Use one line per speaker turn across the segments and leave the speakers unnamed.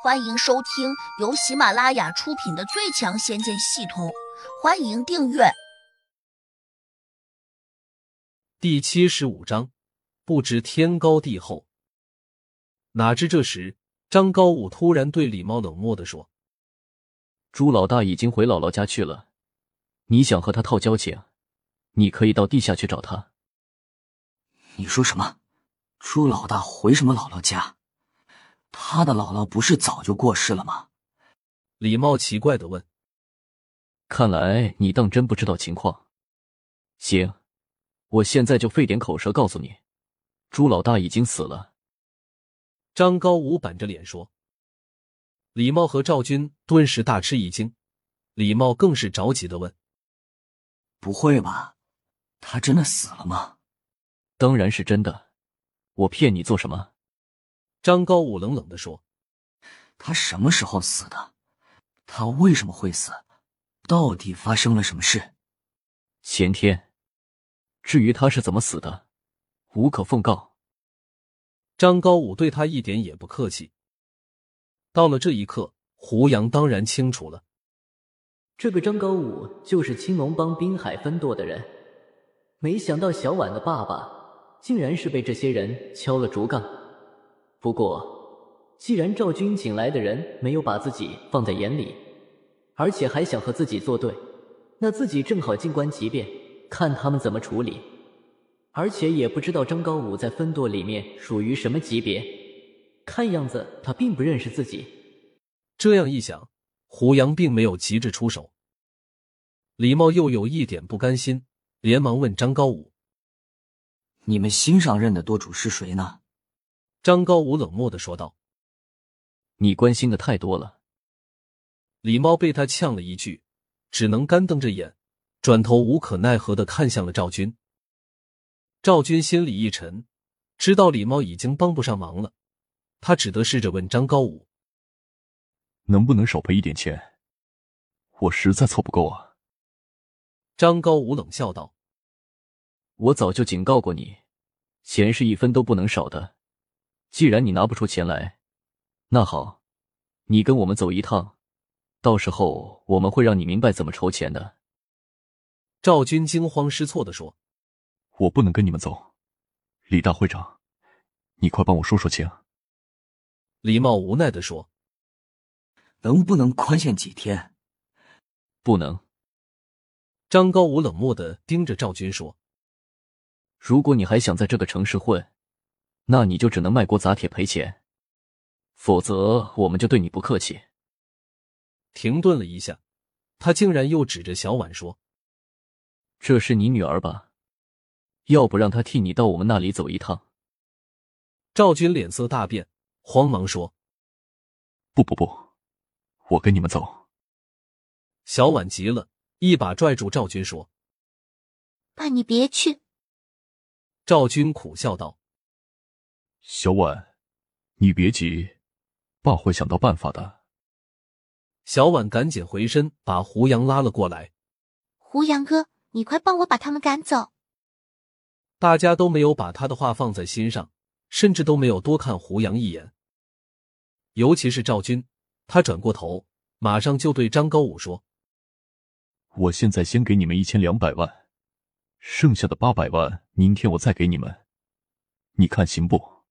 欢迎收听由喜马拉雅出品的《最强仙剑系统》，欢迎订阅。
第七十五章，不知天高地厚。哪知这时，张高武突然对李茂冷漠的说
朱老大已经回姥姥家去了，你想和他套交情，你可以到地下去找他。
你说什么？朱老大回什么姥姥家？他的姥姥不是早就过世了吗？：“
李茂奇怪的问。
看来你当真不知道情况。行，我现在就费点口舌告诉你，朱老大已经死了。”
张高武板着脸说。李茂和赵军顿时大吃一惊，李茂更是着急的问
不会吧？他真的死了吗？
当然是真的，我骗你做什么？：“
张高武冷冷的说。
他什么时候死的？他为什么会死？到底发生了什么事？
前天。至于他是怎么死的，无可奉告。”
张高武对他一点也不客气。到了这一刻，胡杨当然清楚了。
这个张高武就是青龙帮滨海分舵的人，没想到小婉的爸爸竟然是被这些人敲了竹杠。不过，既然赵军请来的人没有把自己放在眼里，而且还想和自己作对，那自己正好静观其变，看他们怎么处理。而且也不知道张高武在分舵里面属于什么级别，看样子他并不认识自己。
这样一想，胡杨并没有急着出手。李茂又有一点不甘心，连忙问张高武。
你们新上任的舵主是谁呢？
张高武冷漠的说道。
你关心的太多了。
李茂被他呛了一句，只能干瞪着眼，转头无可奈何的看向了赵军。赵军心里一沉，知道李茂已经帮不上忙了，他只得试着问张高武。
能不能少赔一点钱？我实在凑不够啊！
张高武冷笑道。
我早就警告过你，钱是一分都不能少的。既然你拿不出钱来，那好，你跟我们走一趟，到时候我们会让你明白怎么筹钱的。
赵军惊慌失措的说。
我不能跟你们走，李大会长，你快帮我说说情。
李茂无奈的说。
能不能宽限几天？
不能，
张高武冷漠的盯着赵军说。
如果你还想在这个城市混，那你就只能卖国砸铁赔钱，否则我们就对你不客气。
停顿了一下，他竟然又指着小婉说
这是你女儿吧？要不让她替你到我们那里走一趟？：“
赵军脸色大变，慌忙说。
不不不，我跟你们走。”
小婉急了，一把拽住赵军说
爸，你别去！：“
赵军苦笑道。
小婉，你别急，爸会想到办法的。”
小婉赶紧回身把胡杨拉了过来。
胡杨哥，你快帮我把他们赶走！
大家都没有把他的话放在心上，甚至都没有多看胡杨一眼。尤其是赵军，他转过头，马上就对张高武说
我现在先给你们一千两百万，剩下的八百万明天我再给你们，你看行不？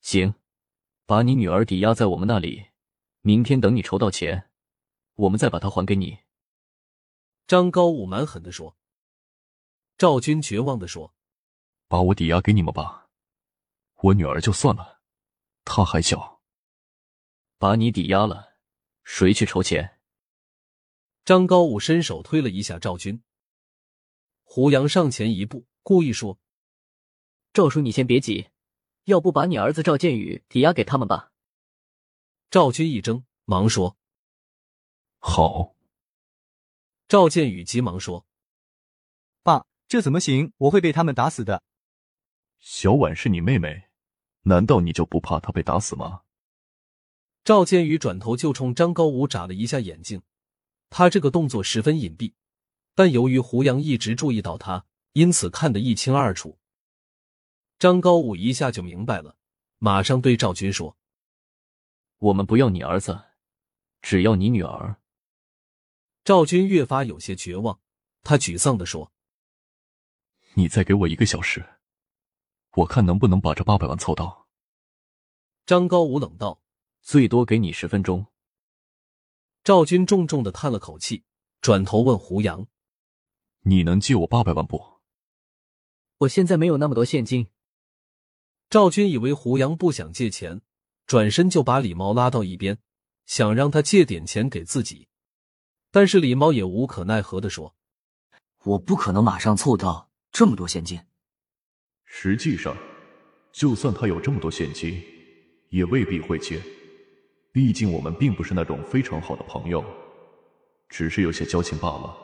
行，把你女儿抵押在我们那里，明天等你筹到钱，我们再把她还给你。：“
张高武蛮狠的说。”赵军绝望的说
把我抵押给你们吧，我女儿就算了，她还小。
把你抵押了，谁去筹钱？：“
张高武伸手推了一下赵军。”胡杨上前一步，故意说
赵叔，你先别急，要不把你儿子赵建宇抵押给他们吧？
赵军一怔，忙说
好。：“
赵建宇急忙说，
这怎么行？我会被他们打死的。
小婉是你妹妹，难道你就不怕她被打死吗？
赵建宇转头就冲张高武眨了一下眼睛，他这个动作十分隐蔽，但由于胡杨一直注意到他，因此看得一清二楚。张高武一下就明白了，马上对赵军说
我们不要你儿子，只要你女儿。
赵军越发有些绝望，他沮丧地说
你再给我一个小时，我看能不能把这八百万凑到。：“
张高武冷道。
最多给你十分钟。”
赵军重重的叹了口气，转头问胡杨
你能借我八百万不？
我现在没有那么多现金，：“
赵军以为胡杨不想借钱，转身就把李毛拉到一边，想让他借点钱给自己。”但是李毛也无可奈何的说
我不可能马上凑到这么多现金。
实际上，就算他有这么多现金，也未必会借。毕竟我们并不是那种非常好的朋友，只是有些交情罢了。：“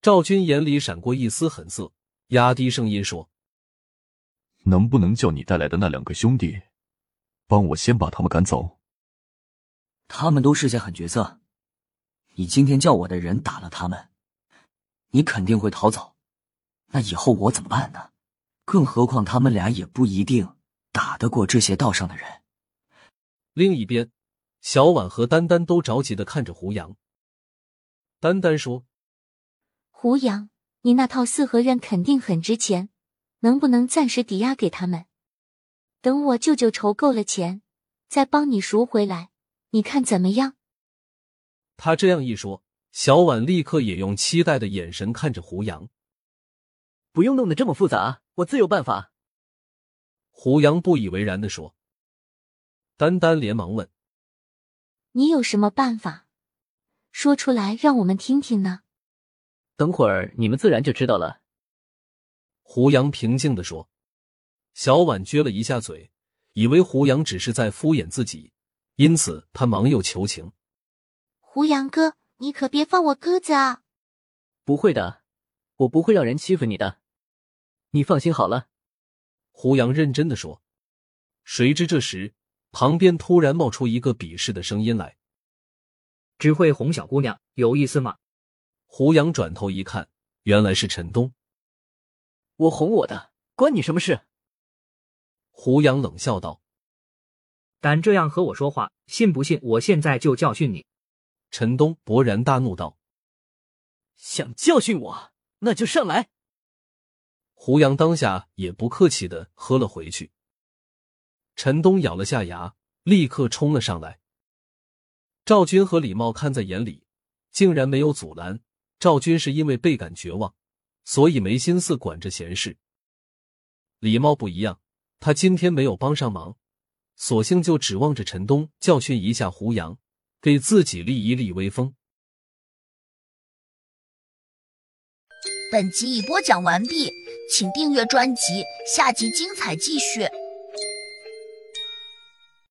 赵军眼里闪过一丝狠色，压低声音说
能不能叫你带来的那两个兄弟，帮我先把他们赶走？
他们都是些狠角色，你今天叫我的人打了他们，你肯定会逃走，那以后我怎么办呢？更何况他们俩也不一定打得过这些道上的人。：“
另一边，小婉和丹丹都着急的看着胡杨。”丹丹说：“
胡杨，你那套四合院肯定很值钱，能不能暂时抵押给他们？等我舅舅筹够了钱，再帮你赎回来，你看怎么样？
他这样一说，小婉立刻也用期待的眼神看着胡杨。
不用弄得这么复杂，我自有办法。
胡杨不以为然的说。丹丹连忙问
你有什么办法？说出来让我们听听呢。
等会儿你们自然就知道了。
胡杨，平静的说。小婉撅了一下嘴，以为胡杨只是在敷衍自己，因此他忙又求情。
胡杨哥，你可别放我鸽子啊！
不会的，我不会让人欺负你的，你放心好了。
胡杨认真的说。谁知这时，旁边突然冒出一个鄙视的声音来。
只会哄小姑娘，有意思吗？
胡杨转头一看，原来是陈东。
我哄我的，关你什么事？
胡杨冷笑道。
敢这样和我说话，信不信我现在就教训你？
陈东勃然大怒道。
想教训我，那就上来。
胡杨当下也不客气的喝了回去。陈东咬了下牙，立刻冲了上来。赵军和李茂看在眼里，竟然没有阻拦。赵军是因为倍感绝望，所以没心思管这闲事。李茂不一样，他今天没有帮上忙，索性就指望着陈东教训一下胡杨，给自己立一立威风。
本集已播讲完毕，请订阅专辑，下集精彩继续。